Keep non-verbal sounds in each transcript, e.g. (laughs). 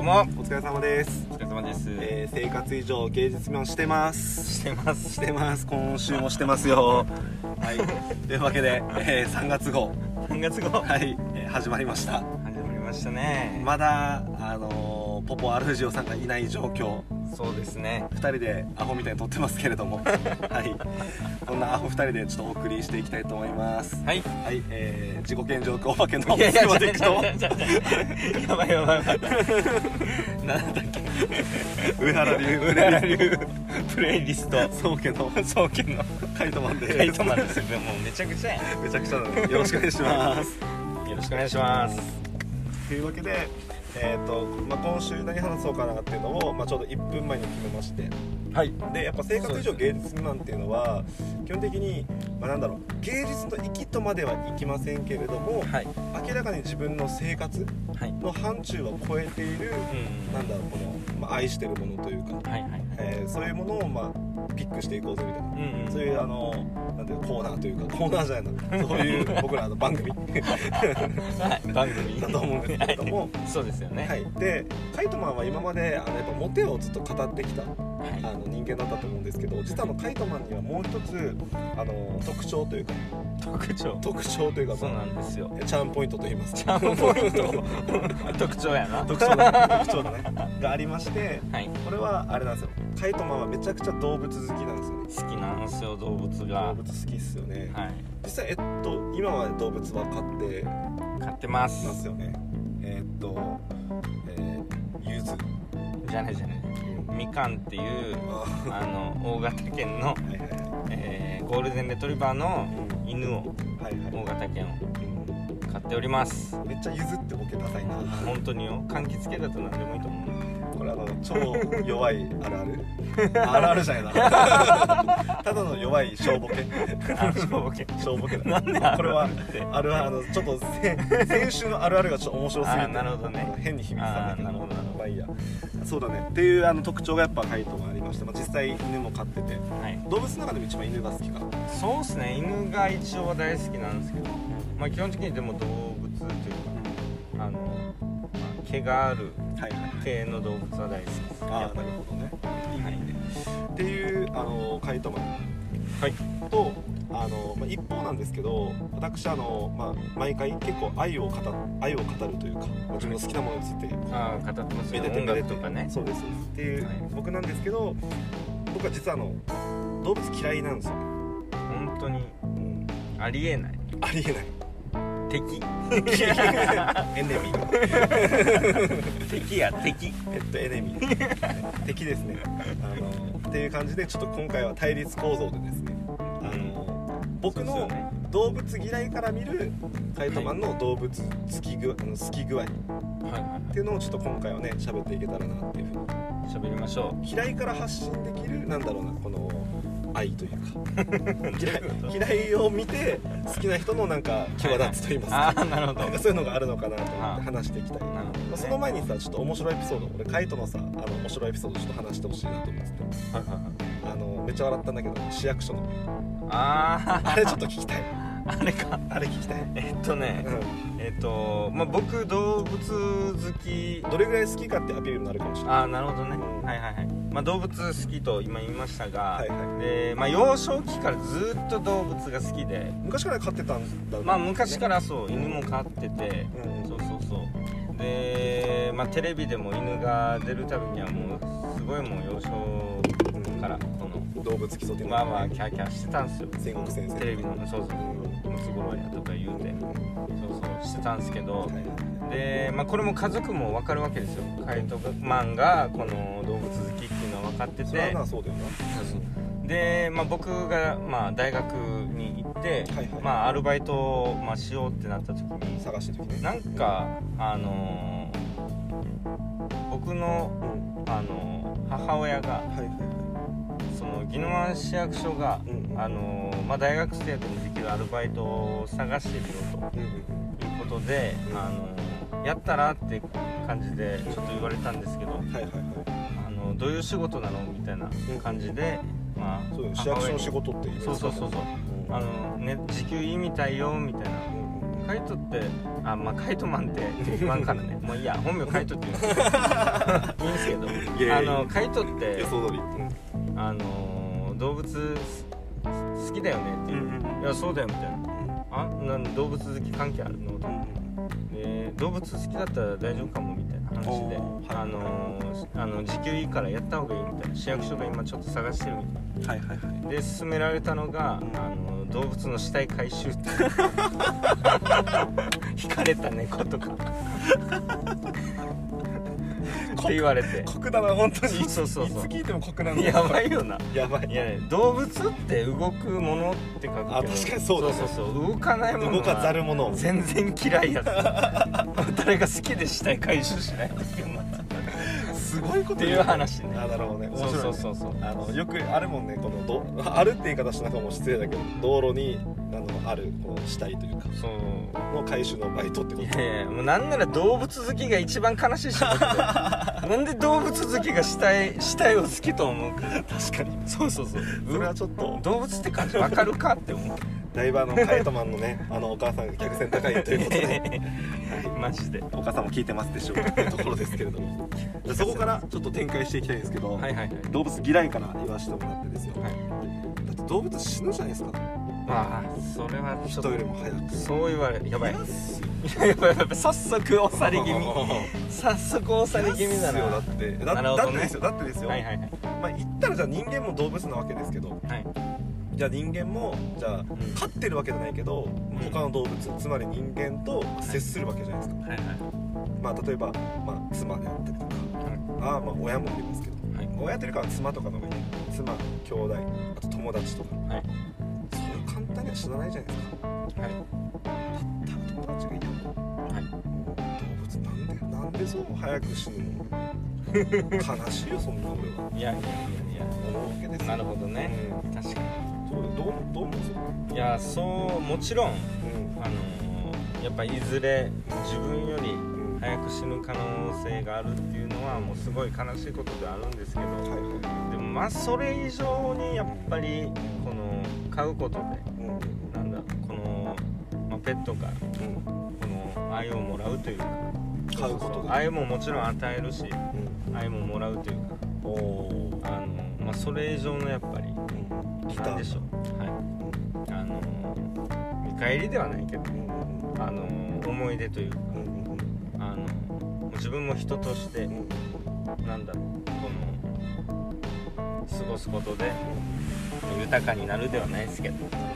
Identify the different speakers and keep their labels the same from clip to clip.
Speaker 1: も
Speaker 2: お疲れ様です、
Speaker 1: お疲れ様です、
Speaker 2: えー生活以上芸術もしてます
Speaker 1: してます
Speaker 2: してます今週もしてますよはいというわけで、え3月号
Speaker 1: 3月号
Speaker 2: はい、えー始まりました
Speaker 1: 始まりましたね
Speaker 2: まだあのーポポアルフジオさんがいない状況
Speaker 1: そうですね
Speaker 2: 2人でアホみたいに撮ってますけれど
Speaker 1: (laughs)
Speaker 2: もはいこんなアホ2人でちょっとお送りしていきたいと思います
Speaker 1: はいい
Speaker 2: はい、えー、自己顕示欲お化けの
Speaker 1: やいや
Speaker 2: までいくと
Speaker 1: ちょちょちょやばいやばいやばいなんだっ
Speaker 2: 上原流
Speaker 1: け
Speaker 2: 上
Speaker 1: プレ
Speaker 2: 原
Speaker 1: ラ
Speaker 2: 流
Speaker 1: 流プレイリスト
Speaker 2: 宗家の
Speaker 1: 総研の
Speaker 2: カイトマンで
Speaker 1: カイトマンですでもうめちゃくちゃや
Speaker 2: めちゃくちゃなのでよろしくお願いします
Speaker 1: よろしくお願いします
Speaker 2: というわけで、えーとまあ、今週何話そうかなっていうのを、まあ、ちょうど1分前に決めまして
Speaker 1: はい
Speaker 2: でやっぱ生活以上芸術未満っていうのは基本的に、まあ、なんだろう芸術の域とまではいきませんけれども
Speaker 1: はい
Speaker 2: 明らかに自分の生活
Speaker 1: はい
Speaker 2: の範疇を超えている
Speaker 1: うん
Speaker 2: なんだろうこの、まあ、愛してるものというか、
Speaker 1: はいはい
Speaker 2: えーそういうものを、まあ、ピックしていこうぜみたいな。
Speaker 1: うん
Speaker 2: そういうあのなんていうのコーナーというかコーナーじゃないなそういう僕らの番組 (laughs)
Speaker 1: はい番組
Speaker 2: だと思うんですけれども
Speaker 1: はいそうですよね
Speaker 2: はい、でカイトマンは今まであのやっぱモテをずっと語ってきたあ
Speaker 1: はい
Speaker 2: の人間だったと思うんですけど実はあのカイトマンにはもう一つあの特徴というか
Speaker 1: 特徴
Speaker 2: 特徴というか
Speaker 1: そうなんですよ
Speaker 2: まあチャームポイントと言います
Speaker 1: チャームポイン特徴やな
Speaker 2: (laughs) 特徴だね特徴だねがありまして
Speaker 1: はい
Speaker 2: これはあれなんですよカイトマンはめちゃくちゃ動物好きなんですよね
Speaker 1: 好きなんですよ動物
Speaker 2: 動
Speaker 1: が
Speaker 2: 物好きっすよね、
Speaker 1: はい
Speaker 2: 実際えっと今は動物は飼って
Speaker 1: 買ってま
Speaker 2: ますすよねえっとえー、ゆず
Speaker 1: じゃないじゃないみかんっていう
Speaker 2: あは
Speaker 1: あの大型犬の、
Speaker 2: いはいはい
Speaker 1: えーゴールデンレトリバーの犬を
Speaker 2: はいはい
Speaker 1: 大型犬を買っております
Speaker 2: めっちゃゆずってボケダサいな
Speaker 1: 本当によ柑橘系だと何でもいいと思う
Speaker 2: これあの超弱いあるあ
Speaker 1: (laughs)
Speaker 2: るあるあるじゃないなただの弱い小ボケ
Speaker 1: あそうボケ
Speaker 2: 小ボケだ
Speaker 1: (laughs) なんである
Speaker 2: これは
Speaker 1: って
Speaker 2: あるあるあのちょっとせ先週のあるあるがちょっと面白すぎ
Speaker 1: あ
Speaker 2: て
Speaker 1: ーなるほどね
Speaker 2: 変に響いてたんだけど
Speaker 1: あーなるほどなるほど
Speaker 2: まあいいやそうだねっていうあの特徴がやっぱカイトがありまして、まあ、実際犬も飼ってて
Speaker 1: はい
Speaker 2: 動物の中でも一番犬が好きか
Speaker 1: そうっすね犬が一応大好きなんですけどまあ基本的にでも動物というかあの、まあ、毛がある
Speaker 2: はいはい
Speaker 1: 系の動物は大好きです
Speaker 2: あ
Speaker 1: やっ
Speaker 2: あな
Speaker 1: ぱり
Speaker 2: るほどね
Speaker 1: はい
Speaker 2: っていうあのカイトマン
Speaker 1: はい
Speaker 2: とあの、まあ、一方なんですけど私あの、まあ、毎回結構愛を語愛を語るというかまあ自分の好きなものについて
Speaker 1: ああ語ってます
Speaker 2: め
Speaker 1: よ
Speaker 2: でて
Speaker 1: 音
Speaker 2: めで
Speaker 1: 楽
Speaker 2: て
Speaker 1: とかね
Speaker 2: そうですそうですっていう、
Speaker 1: はい
Speaker 2: 僕なんですけど僕は実はあの動物嫌いなんですよね、
Speaker 1: 本当にありえない
Speaker 2: あり
Speaker 1: (laughs)
Speaker 2: えない
Speaker 1: 敵
Speaker 2: エネミー
Speaker 1: 敵や敵
Speaker 2: えっとエネミー敵ですねあのっていう感じでちょっと今回は対立構造でですねあの僕
Speaker 1: そう
Speaker 2: の
Speaker 1: ですよね
Speaker 2: 動物嫌いから見るカイトマンの動物好き具合あの好き具合っ
Speaker 1: はいはいは
Speaker 2: ていうのをちょっと今回はね喋っていけたらなっていうふう
Speaker 1: い喋りましょ
Speaker 2: に嫌いから発信できるなんだろうなこの愛という
Speaker 1: う
Speaker 2: か (laughs) 嫌い嫌いを見て好きな人のなんか際立つと言いますか
Speaker 1: ああなるほど
Speaker 2: なんかそういうのがあるのかなと思っ
Speaker 1: あ
Speaker 2: て話していきたい
Speaker 1: なるほどね
Speaker 2: まあその前にさちょっと面白いエピソード俺カイトのさあの面白いエピソードちょっと話してほしいなと思ってて
Speaker 1: はいはいはい
Speaker 2: あのめっちゃ笑ったんだけど市役所の
Speaker 1: あ
Speaker 2: (laughs) あれちょっと聞きたい
Speaker 1: ああれか
Speaker 2: あれ聞きたい、
Speaker 1: えっとね
Speaker 2: う
Speaker 1: えっとまあ僕動物好き
Speaker 2: ん、どれぐらい好きかってアピールになるかもしれない
Speaker 1: ああなるほどねはいはいはいまあ動物好きと今言いましたが
Speaker 2: はいはい
Speaker 1: でまあ幼少期からずっと動物が好きで
Speaker 2: 昔から飼ってたんだ、
Speaker 1: まあ昔かららそう犬も飼っ
Speaker 2: う
Speaker 1: てて
Speaker 2: ん
Speaker 1: そうそうそうで、まあ、テレビでも犬が出るたびにはもうすごいもう幼少からこの
Speaker 2: 動物基礎っていうの
Speaker 1: まあまあ
Speaker 2: ね
Speaker 1: キャーキャーしてたんですよ
Speaker 2: 戦国先生
Speaker 1: テレビのそうそうムツゴロウやとか言うてそうそうしてたんですけどで、まあ、これも家族も分かるわけですよカイトマンがこの動物好きっていうのは分かって
Speaker 2: それは
Speaker 1: て
Speaker 2: なそうだよな
Speaker 1: で、まあ、僕が、まあ、大学に行って、
Speaker 2: はいはい
Speaker 1: まあ、アルバイトを、まあ、しようってなった時に
Speaker 2: 探してる時ね
Speaker 1: なんかあのー僕の、
Speaker 2: うん
Speaker 1: あのー母親が
Speaker 2: はいはいは
Speaker 1: その宜野湾市役所が、
Speaker 2: うん
Speaker 1: あのーまあ、大学生でもできるアルバイトを探してるよ
Speaker 2: いうん
Speaker 1: ということで、あのーやったらって感じでちょっと言われたんですけど、
Speaker 2: うんはいはいは
Speaker 1: あのどういう仕事なのみたいな感じで、まあ
Speaker 2: いそうよ市
Speaker 1: 母
Speaker 2: 役所
Speaker 1: 親
Speaker 2: の
Speaker 1: に
Speaker 2: 仕事っていう
Speaker 1: そうそうそうそう
Speaker 2: うん
Speaker 1: あの、ね、時給いいみたいよみたいな
Speaker 2: うんうん
Speaker 1: カイトってあまあカイトマンって言わんからねもういいや本名カイトって言うんいいんすけど
Speaker 2: (laughs) いや
Speaker 1: (laughs) あ
Speaker 2: いや
Speaker 1: のカイトって
Speaker 2: 予想通り
Speaker 1: あのー動物す好きだよねっていう、
Speaker 2: うんうん
Speaker 1: いやそうだよみたいなあなん動物好き関係あるのとで動物好きだったら大丈夫かもみたいな話で、
Speaker 2: おーはい
Speaker 1: あのーあの時給いいからやった方がいいみたいな市役所が今ちょっと探してるみたいな
Speaker 2: はいはいはい
Speaker 1: で勧められたのが、あの動物の死体回収って
Speaker 2: (laughs)
Speaker 1: 引かれた猫とかって言われて
Speaker 2: 酷だな本当に
Speaker 1: そうそうそう
Speaker 2: いつ聞いても酷なんだ
Speaker 1: やばいよな
Speaker 2: やばい
Speaker 1: いやね動物って動くものって書くけど
Speaker 2: あ確かにそうだね
Speaker 1: そうそうそう動かないもの
Speaker 2: 動
Speaker 1: は
Speaker 2: かざる者
Speaker 1: 全然嫌いやつ誰が好きで死体回収しない
Speaker 2: すごいこと
Speaker 1: っていう話ね
Speaker 2: あなるほどね面
Speaker 1: そ
Speaker 2: 白いね
Speaker 1: うそうそうそう
Speaker 2: あのよくあるもんねこのど (laughs) あるって言い方しなくても失礼だけど道路にあのあるこの死体というか
Speaker 1: そう
Speaker 2: の回収のバイトってこ
Speaker 1: い
Speaker 2: と
Speaker 1: やいやもうなんなら動物好きが一番悲しい仕事だよなんで動物好きが死体死体を好きと思うか
Speaker 2: 確かに
Speaker 1: そうそう (laughs) そう
Speaker 2: それはちょっと
Speaker 1: 動物って感じわかるかって思う
Speaker 2: だいぶあのカイトマンのね (laughs) あのお母さんが客船高いということ
Speaker 1: (laughs)
Speaker 2: で
Speaker 1: マジでは
Speaker 2: お母さんも聞いてますでしょうかというところですけれど
Speaker 1: (laughs)
Speaker 2: もじゃあそこからちょっと展開していきたいんですけど、
Speaker 1: いはいはい
Speaker 2: 動物嫌いから言わせてもらってですよ、
Speaker 1: はい
Speaker 2: だって動物死ぬじゃないですか
Speaker 1: まあそれはちょ
Speaker 2: 人
Speaker 1: っと
Speaker 2: よりも早く
Speaker 1: そう言われやばい
Speaker 2: 嫌っすよ
Speaker 1: やばいやばい早速押され (laughs) 気味早速押され気味だな
Speaker 2: 嫌っすよだ
Speaker 1: は
Speaker 2: ってだ
Speaker 1: なるほ
Speaker 2: だ
Speaker 1: ど
Speaker 2: って
Speaker 1: ね
Speaker 2: ですよだってです
Speaker 1: い
Speaker 2: よ、
Speaker 1: はいはい
Speaker 2: まあ言ったらじゃあ人間も動物なわけですけど
Speaker 1: はい
Speaker 2: じゃあ人間もじゃあ飼ってるわけじゃないけど他の動物つまり人間と接するわけじゃないですか、
Speaker 1: はいは
Speaker 2: まあ例えば、まあ、妻であったりとかああまあ親もいるんですけど
Speaker 1: いはい
Speaker 2: 親というか妻とかの上に妻兄弟あと友達とか
Speaker 1: はい
Speaker 2: それ簡単には死なないじゃないですか
Speaker 1: はい
Speaker 2: ただ友達がいる
Speaker 1: はい
Speaker 2: 動物なんでなんでそう早く死ぬの悲しいよそんな俺はい
Speaker 1: やいやいやい
Speaker 2: 思うわけですよ
Speaker 1: やなるほどね確か
Speaker 2: うんそうどうどう思うんですか
Speaker 1: にいやそうもちろん
Speaker 2: うん
Speaker 1: あのーやっぱいずれ自分より
Speaker 2: うん
Speaker 1: 早く死ぬ可能性があるっていうのはもうすごい悲しいことではあるんですけど
Speaker 2: はいは
Speaker 1: でもまあそれ以上にやっぱりこの飼うことで
Speaker 2: いうん
Speaker 1: なんだこの、まあ、ペットが
Speaker 2: うん
Speaker 1: この愛をもらうというか
Speaker 2: 買うことが
Speaker 1: 愛ももちろん与えるし愛ももらうというか
Speaker 2: おお
Speaker 1: あの、まあ、それ以上のやっぱり
Speaker 2: ギタ
Speaker 1: なんで
Speaker 2: ー
Speaker 1: しょうはいあのー見返りではないけど
Speaker 2: うんうん
Speaker 1: あのー思い出というか
Speaker 2: うんうん
Speaker 1: あの自分も人として
Speaker 2: うん
Speaker 1: なんだろうこの過ごすことで豊かになるではないですけど
Speaker 2: なるほどね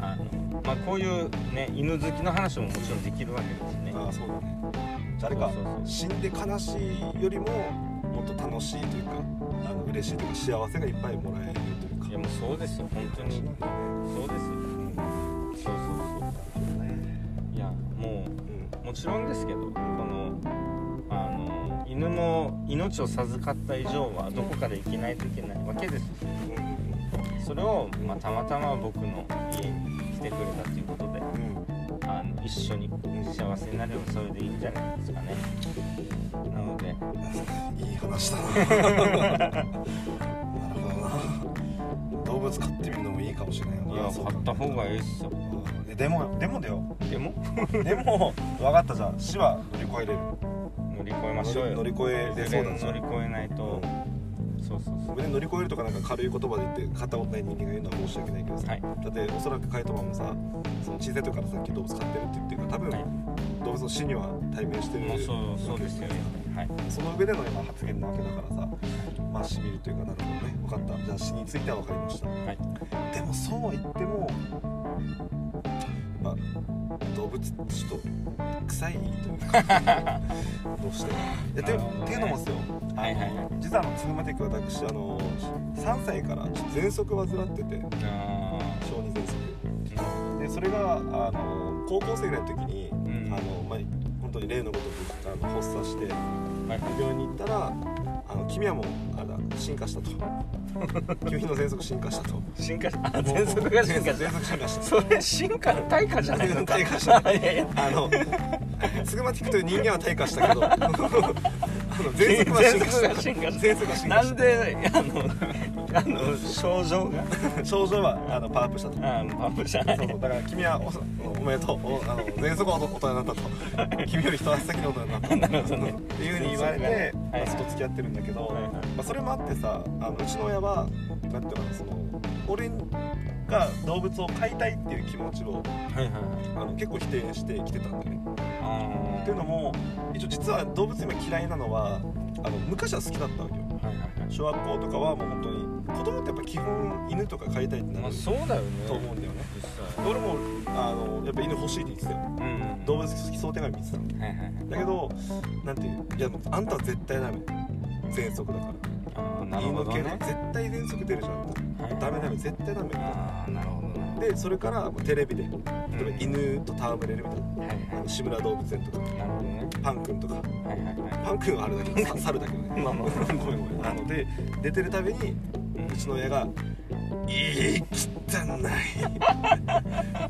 Speaker 1: あの、まあ、こういう、ね、犬好きの話ももちろんできるわけですね
Speaker 2: ああそうだねじゃああれか
Speaker 1: そうそうそう
Speaker 2: 死んで悲しいよりももっと楽しいというかあの嬉しいというか幸せがいっぱいもらえるというか
Speaker 1: いやもうそうですよ本当にそうですよ
Speaker 2: うん
Speaker 1: そうそうそういやもうもちろんですけどこのあの犬の命を授かった以上はどこかで生きないといけないわけですよそれを、まあ、たまたま僕の家に来てくれたということで
Speaker 2: うんうん
Speaker 1: あの一緒に幸せになればそれでいいんじゃないですかねなので
Speaker 2: いい話だ (laughs) ななるほどな動物飼ってみるのもいいかもしれないよない
Speaker 1: や買った方がいいっすよ
Speaker 2: えでもでもだ (laughs) よ
Speaker 1: でも
Speaker 2: でも分かったじゃあ死は乗り越えれる
Speaker 1: 乗り越えましょうよ
Speaker 2: 乗り乗り越えれそうだ
Speaker 1: 乗り越えないとそうそうそう
Speaker 2: 僕ね乗り越えるとかなんか軽い言葉で言って片をない人間が言うのは申し訳ないけどさ、
Speaker 1: はい
Speaker 2: だっておそらくカイトマンもさその小さい時からさっき動物飼ってるって言ってるから多分、
Speaker 1: はい
Speaker 2: 動物の死には対面してる
Speaker 1: もうそうそうですよねはい
Speaker 2: その上での今発言なわけだからさまあ死見るというかなるほどね分かったじゃあ死については分かりました
Speaker 1: はい
Speaker 2: でもそうは言ってもまあ動物ってちょっと臭いというか
Speaker 1: (laughs)
Speaker 2: どうしてもいや
Speaker 1: な
Speaker 2: で
Speaker 1: るほど
Speaker 2: も
Speaker 1: ね
Speaker 2: っていうのもですよあの
Speaker 1: はいはいはい
Speaker 2: 実はあのツグマテック私あの3歳からちょっと喘息患ってて
Speaker 1: あ
Speaker 2: 小児喘息
Speaker 1: ー
Speaker 2: でそれがあの高校生ぐらいの時に、
Speaker 1: ん
Speaker 2: あのまあ本当に例のごとくあの発作して
Speaker 1: はい
Speaker 2: 病院に行ったらあの君はもうあれだ進化
Speaker 1: (laughs)
Speaker 2: したと君の喘息進化したと
Speaker 1: 進化したあ (laughs) 喘息が進化し
Speaker 2: (laughs) 喘息進化した
Speaker 1: たそれ進化の対価じゃないのか
Speaker 2: 対価じゃない
Speaker 1: やいや
Speaker 2: あの、スグマティックという人間は退化したけど、あの、全息は進化した。
Speaker 1: 全息が進化した
Speaker 2: 全息は進化
Speaker 1: (laughs) な
Speaker 2: し
Speaker 1: ん
Speaker 2: た。
Speaker 1: であのあの症状が
Speaker 2: 症状はあのパワーアップしたと
Speaker 1: あのパンプじゃない
Speaker 2: そうそうだから君はおそおめでとうおあの喘息は大人になったと君より一足先の大人になった
Speaker 1: なるほどね
Speaker 2: っていうふうに言われて、
Speaker 1: はい
Speaker 2: まあ、ずっと付き合ってるんだけど、
Speaker 1: はいはい
Speaker 2: まあ、それもあってさあのうちの親はなんていうのかなその俺が動物を飼いたいっていう気持ちを
Speaker 1: はいはい
Speaker 2: あの結構否定してきてたんだよね。
Speaker 1: あ
Speaker 2: っていうのも一応実は動物今嫌いなのはあの昔は好きだったわけよ。
Speaker 1: はいはいは
Speaker 2: 小学校とかはもう本当に子供ってやっぱ基本犬とか飼いたいって
Speaker 1: い
Speaker 2: な
Speaker 1: まあ
Speaker 2: る
Speaker 1: そうだよね
Speaker 2: と思うんだよね。
Speaker 1: 実際
Speaker 2: 俺もあのやっぱ犬欲しいって言ってたよ。
Speaker 1: うん
Speaker 2: 動物好き想定外見てたの
Speaker 1: はいはいはい
Speaker 2: だけどなんていういやあんたは絶対ダメ喘息だから
Speaker 1: あーなるほど
Speaker 2: 言い
Speaker 1: ね
Speaker 2: 訳絶対喘息出るじゃん
Speaker 1: はい
Speaker 2: ダメダメ絶対ダメ
Speaker 1: ああなるほどな
Speaker 2: でそれからテレビで例えば
Speaker 1: うん
Speaker 2: 犬と戯れるみたいな
Speaker 1: はい
Speaker 2: あ
Speaker 1: は
Speaker 2: の志村動物園とか
Speaker 1: いなるほどね
Speaker 2: パン君とか
Speaker 1: はいはいはい
Speaker 2: パン君はあれだけどさ猿だけどね
Speaker 1: まあまあ
Speaker 2: ごめんごめんなので出てるたびにうちの親が「いい汚い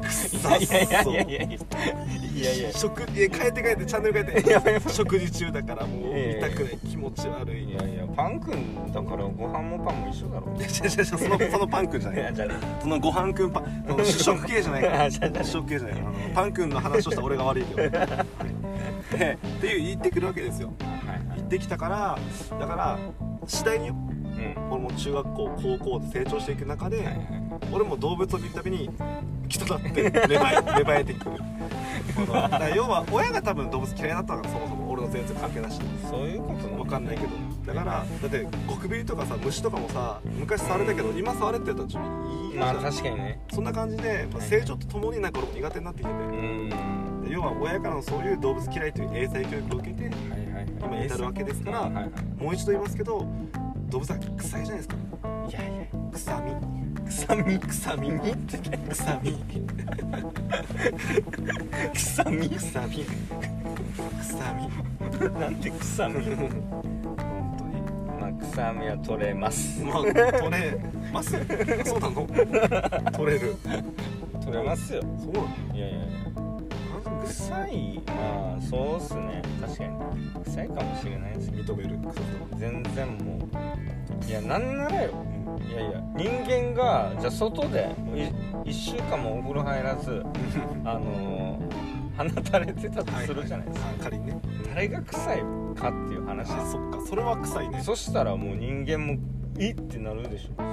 Speaker 2: くさ
Speaker 1: いやいや
Speaker 2: そう
Speaker 1: いやいやいやいやいや
Speaker 2: 食え変えて変えてチャンネル変えて
Speaker 1: やばいや
Speaker 2: 食事中だからもう
Speaker 1: いやいやいや
Speaker 2: 痛くない気持ち悪い
Speaker 1: いやいやパン君だからご飯もパンも一緒だろ
Speaker 2: いや違う違う違うそのそのパン君じゃない
Speaker 1: じゃ
Speaker 2: そのご飯君パンその主食系じゃないか
Speaker 1: あ
Speaker 2: ら
Speaker 1: じゃあじゃあ
Speaker 2: 主食系じゃないあのパン君の話をした俺が悪いけどはいでっていう言ってくるわけですよ
Speaker 1: あはいはい
Speaker 2: 言ってきたからだから次第によ
Speaker 1: うん
Speaker 2: 俺も中学校高校で成長していく中で、
Speaker 1: はいはい
Speaker 2: 俺も動物を見るたびに人だって芽生え (laughs) 芽生えてくるこのだから要は親が多分動物嫌いだったのがそもそも俺の全然関係なし
Speaker 1: そういうことなの
Speaker 2: わかんないけどだからだってゴキブリとかさ虫とかもさ昔触れたけど今触れってやったらちょっといいじ
Speaker 1: ま
Speaker 2: ゃ
Speaker 1: あ
Speaker 2: ん
Speaker 1: 確かにね
Speaker 2: そんな感じで、まあ、成長とともになんか俺も苦手になってきて
Speaker 1: う
Speaker 2: て
Speaker 1: んは
Speaker 2: で要は親からのそういう動物嫌いという英才教育を受けて
Speaker 1: いはいはい
Speaker 2: 今に至るわけですから
Speaker 1: はいはい
Speaker 2: もう一度言いますけど動物は臭いじゃないですか
Speaker 1: いやいや
Speaker 2: 臭
Speaker 1: 臭み臭みみってね
Speaker 2: み臭み
Speaker 1: 臭み
Speaker 2: 臭み臭み
Speaker 1: なんて臭み
Speaker 2: 本当に
Speaker 1: まあ臭みは取れます
Speaker 2: まあ取れますそうなの取れる
Speaker 1: 取れますよ
Speaker 2: そうない
Speaker 1: やいやい
Speaker 2: のなん
Speaker 1: や
Speaker 2: で
Speaker 1: 臭いまあそうっすね確かに臭いかもしれないですけど
Speaker 2: 認める臭さは
Speaker 1: 全然もういやなんならよいやいや人間がじゃあ外で1週間もお風呂入らずあのー、放たれてたとするじゃないですか、
Speaker 2: か仮にね
Speaker 1: 誰が臭いかっていう話
Speaker 2: あ
Speaker 1: で
Speaker 2: そっかそれは臭いね
Speaker 1: すそしたらもう人間もいいってなるでしょそれ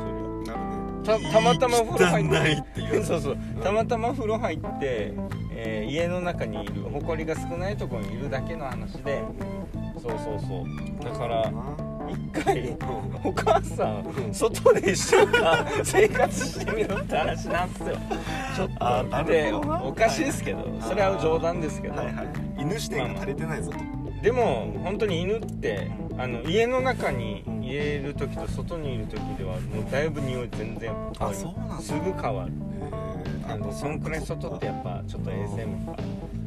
Speaker 2: なるね
Speaker 1: たたまたまお風呂入っ
Speaker 2: い
Speaker 1: て
Speaker 2: い汚いっていう
Speaker 1: (laughs) そうそうたまたま風呂入って、えー家の中にいる埃が少ないところにいるだけの話でそうそうそうだから一回お母さん外で一週間生活してみろって話なんですよちょ
Speaker 2: あ
Speaker 1: っ
Speaker 2: な
Speaker 1: と
Speaker 2: る
Speaker 1: で
Speaker 2: ほどな
Speaker 1: おかしいですけどそれは冗談ですけど
Speaker 2: はいはい犬視点が足りてないぞと
Speaker 1: でも本当に犬ってあの家の中に入れる時と外にいる時ではもうだいぶ匂い全然変わる
Speaker 2: あそうなんだ
Speaker 1: すぐ変わる
Speaker 2: へー
Speaker 1: あのそんくらい外ってやっぱちょっと衛生面が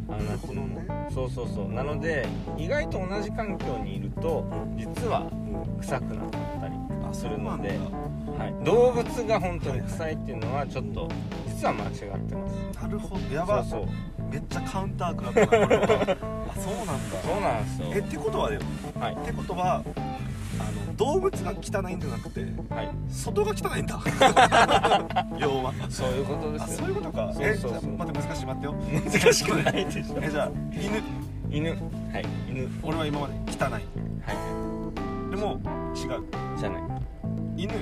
Speaker 1: あの
Speaker 2: なるほどね
Speaker 1: そうそうそうなので意外と同じ環境にいると実は臭くなったり
Speaker 2: あ
Speaker 1: する
Speaker 2: そうな
Speaker 1: の
Speaker 2: んだ
Speaker 1: で、はい、動物が本当に臭いっていうのはちょっと実は間違ってます
Speaker 2: なるほどやば
Speaker 1: そう
Speaker 2: めっちゃカウンター食らったな俺はあそうなんだ
Speaker 1: そうそうなんですよ
Speaker 2: えってことはだよ
Speaker 1: はい
Speaker 2: ってことはあの動物が汚いんじゃなくて
Speaker 1: はい
Speaker 2: 外が汚いん
Speaker 1: (laughs)
Speaker 2: だ要は
Speaker 1: そういうことで
Speaker 2: あ
Speaker 1: す
Speaker 2: そうい
Speaker 1: よ
Speaker 2: うことか
Speaker 1: そう
Speaker 2: え
Speaker 1: そうそう
Speaker 2: じゃあ待って難しい待ってよ
Speaker 1: 難しくないでしょ
Speaker 2: (laughs) えじゃあ犬
Speaker 1: 犬はい犬は
Speaker 2: 俺は今まで汚
Speaker 1: い
Speaker 2: いでも違う
Speaker 1: じゃない
Speaker 2: 犬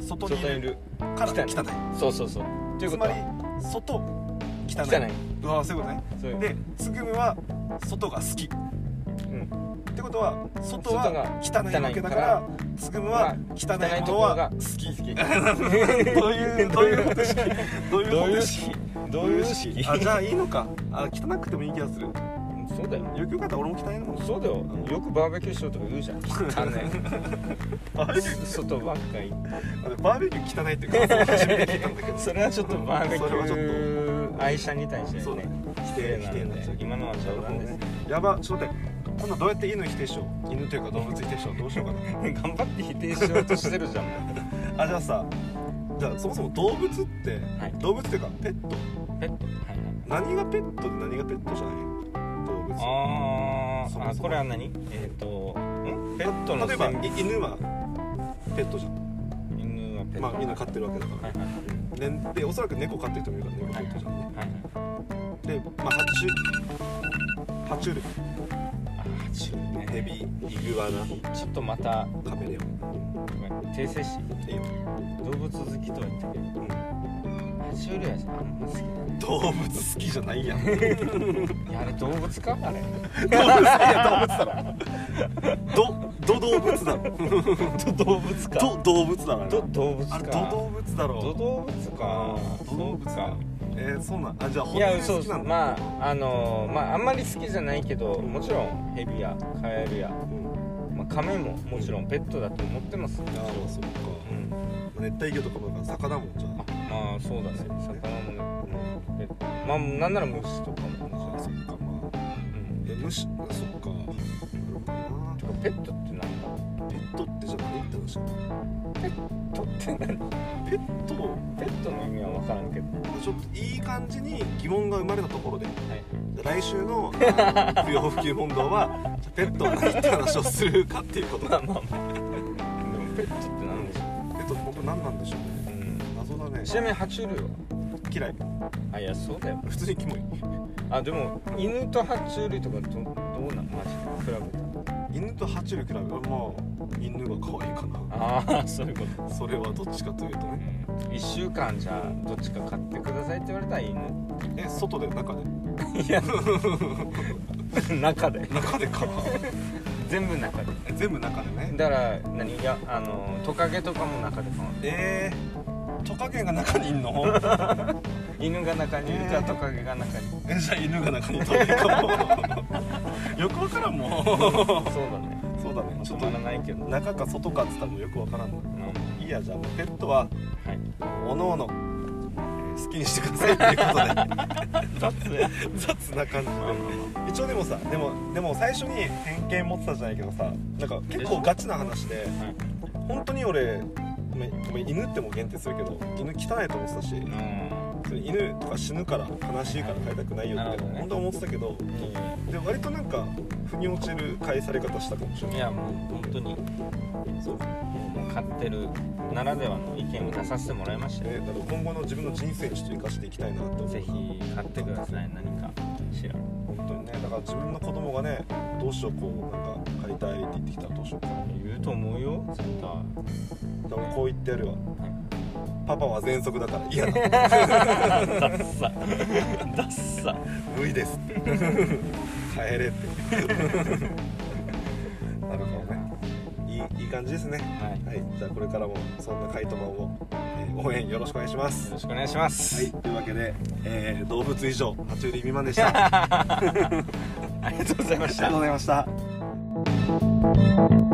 Speaker 2: 外
Speaker 1: 外
Speaker 2: にい
Speaker 1: に
Speaker 2: る
Speaker 1: いる
Speaker 2: から汚い
Speaker 1: 汚いそうそうそうという
Speaker 2: つ
Speaker 1: こ
Speaker 2: ま
Speaker 1: と
Speaker 2: り
Speaker 1: は
Speaker 2: 外汚い
Speaker 1: 汚いう
Speaker 2: わそういうことね
Speaker 1: そういう
Speaker 2: でつぐみは外が好きっ
Speaker 1: うん
Speaker 2: てことは外
Speaker 1: 外
Speaker 2: は
Speaker 1: が
Speaker 2: 汚いわけだからつぐみは汚いものは好き (laughs)
Speaker 1: 好き
Speaker 2: どういうどういう方式どういう
Speaker 1: どうい
Speaker 2: 方
Speaker 1: う
Speaker 2: 式
Speaker 1: 式どういう式
Speaker 2: あじゃあいいのかあ汚くてもいい気がするよ
Speaker 1: そうだよ
Speaker 2: くよかったら俺も汚いのもん
Speaker 1: そうだよよくバーベキューしようとか言うじゃん汚
Speaker 2: バーベキュ
Speaker 1: い外ばっか行って
Speaker 2: ーバーベキュー汚いっていうか初めて聞いたんだけど (laughs)
Speaker 1: それはちょっとバーベキ
Speaker 2: それはちょっ
Speaker 1: ュー愛車に対してね
Speaker 2: そうだね
Speaker 1: 否
Speaker 2: 否
Speaker 1: 定
Speaker 2: 定
Speaker 1: な
Speaker 2: 否
Speaker 1: ん
Speaker 2: 定になっちゃ
Speaker 1: で
Speaker 2: う
Speaker 1: 今のは冗談ですね
Speaker 2: やばちょっと待って今度どうやって犬否定しよう犬というか動物否定しようどうしようかな
Speaker 1: 頑張って否定しようとしてるじゃん
Speaker 2: あじゃあさじゃあそもそも動物って、
Speaker 1: はい
Speaker 2: 動物っていうかペット
Speaker 1: ペットはいはい
Speaker 2: 何がペットで何がペットじゃない動物
Speaker 1: あ
Speaker 2: そ
Speaker 1: ー
Speaker 2: も
Speaker 1: あ
Speaker 2: そも
Speaker 1: これは何えっ、とんペットの
Speaker 2: 例えば
Speaker 1: 線
Speaker 2: い犬はペットじゃん
Speaker 1: 引ペット
Speaker 2: まあみんな飼ってるわけだから、
Speaker 1: はいはい
Speaker 2: ででおそらく猫飼ってる人もいるから猫ペットじゃんね
Speaker 1: はい
Speaker 2: でまあ爬虫爬虫類
Speaker 1: あーちょっとね
Speaker 2: ヘビイグアナ
Speaker 1: ちょっとまた
Speaker 2: カメレオン
Speaker 1: ごめん訂正して
Speaker 2: いいよ
Speaker 1: 動物好きとは言ったけど
Speaker 2: うん
Speaker 1: 爬虫類はあんま好きじ
Speaker 2: 動物好きじ
Speaker 1: ゃない
Speaker 2: ゃない
Speaker 1: (laughs)
Speaker 2: やん動
Speaker 1: いやあれ動物かあれ
Speaker 2: 物好きや動物だろどど動物だろ
Speaker 1: (laughs) ど動物
Speaker 2: ど動物だろあれ
Speaker 1: ど動物か
Speaker 2: あれど動物だろ
Speaker 1: ど動物か
Speaker 2: ど動物
Speaker 1: か
Speaker 2: かえー、そうなんあじゃあ
Speaker 1: い
Speaker 2: 本当
Speaker 1: や
Speaker 2: に
Speaker 1: そ
Speaker 2: 好
Speaker 1: う
Speaker 2: きな
Speaker 1: そ
Speaker 2: ん
Speaker 1: う
Speaker 2: だ、
Speaker 1: まああのーまああんまり好きじゃないけどもちろんヘビやカエルや、
Speaker 2: うん、あ
Speaker 1: まあ、カメももちろんペットだと思ってます、
Speaker 2: あまあそうか
Speaker 1: うん、
Speaker 2: 熱帯魚とかもだから魚もじゃ
Speaker 1: あまあそうだね魚も
Speaker 2: あ、うん
Speaker 1: ねペットまあなんなら虫とかも
Speaker 2: ああそっかまあ
Speaker 1: うん
Speaker 2: え虫そっかなるほどな
Speaker 1: てかペットってなんだ
Speaker 2: ペットってじゃないって話
Speaker 1: ペットって何
Speaker 2: ペットを
Speaker 1: ペットの意味は分からんけど
Speaker 2: ちょっといい感じに疑問が生まれたところで
Speaker 1: はい
Speaker 2: 来週のあの不要不急問答はじゃあペットは何って話をするかっていうこと
Speaker 1: まあ
Speaker 2: だ
Speaker 1: まあまあでもペットってなんでしょ
Speaker 2: ペット僕何なんでしょうね
Speaker 1: う、うん
Speaker 2: 謎だね
Speaker 1: ちなみに爬虫類は
Speaker 2: 嫌い
Speaker 1: あいやそうだよ
Speaker 2: 普通にキモい
Speaker 1: あでも犬と爬虫類とかどどうなんマジで比べたら
Speaker 2: 犬と爬虫類比べるまあ犬が可愛いか
Speaker 1: ああそういうこと
Speaker 2: なそれはどっちかというとね
Speaker 1: 1週間じゃあどっちか買ってくださいって言われたら犬
Speaker 2: え外で中で
Speaker 1: いや中で
Speaker 2: 中でかな
Speaker 1: 全部中で
Speaker 2: (laughs) 全部中でね
Speaker 1: だから何いやあのトカゲとかも中で買わない
Speaker 2: えー、トカゲが中にいんの
Speaker 1: 犬が中にいるかトカゲが中に
Speaker 2: えじゃあ犬が中にいた方がいいかもよくわからんもん
Speaker 1: (laughs) そうだね
Speaker 2: そうだねちょっ
Speaker 1: 止まら
Speaker 2: と
Speaker 1: ないけど
Speaker 2: 中か外かっつったらもうよくわからん
Speaker 1: うんはい
Speaker 2: いいやじゃあもうペットはおのおの好きにしてくださいっていうこ
Speaker 1: 雑
Speaker 2: とで
Speaker 1: や
Speaker 2: 雑な感じで一応でもさでもでも最初に偏見持ってたじゃないけどさなんか結構ガチな話で
Speaker 1: はい
Speaker 2: 本当に俺ごめんごめん犬ってもう限定するけど犬汚いと思ってたし
Speaker 1: うん
Speaker 2: それ犬とか死ぬから悲しいから飼いたくないよみた
Speaker 1: ない
Speaker 2: な
Speaker 1: るほどね
Speaker 2: 本当は思ってたけどで割となんか腑に落ちる返され方したかもしれない
Speaker 1: いやもう本当に
Speaker 2: そう
Speaker 1: もう買ってるならではの意見を出させてもらいましたよ
Speaker 2: ね、だから今後の自分の人生にちょっと生かしていきたいなって思う
Speaker 1: ぜひ買ってください何かしら
Speaker 2: 本当にねだから自分の子供がねどうしようこうなんか買いたいって言ってきたらどうしようかな
Speaker 1: 言うと思うよ絶対
Speaker 2: だからこう言ってやるわパパは喘息だから嫌だ
Speaker 1: (laughs) ダッサダッサ
Speaker 2: 無理ですっ
Speaker 1: (laughs)
Speaker 2: て帰れってなるほどねいいいい感じですね
Speaker 1: はい
Speaker 2: はいじゃあこれからもそんなカイトマンを、えー応援よろしくお願いします
Speaker 1: よ
Speaker 2: は
Speaker 1: ろしくお願いします、
Speaker 2: いというわけで、えー動物以上爬虫類未満でしたあ
Speaker 1: ありがとうございま
Speaker 2: り
Speaker 1: し
Speaker 2: が
Speaker 1: た
Speaker 2: とうございました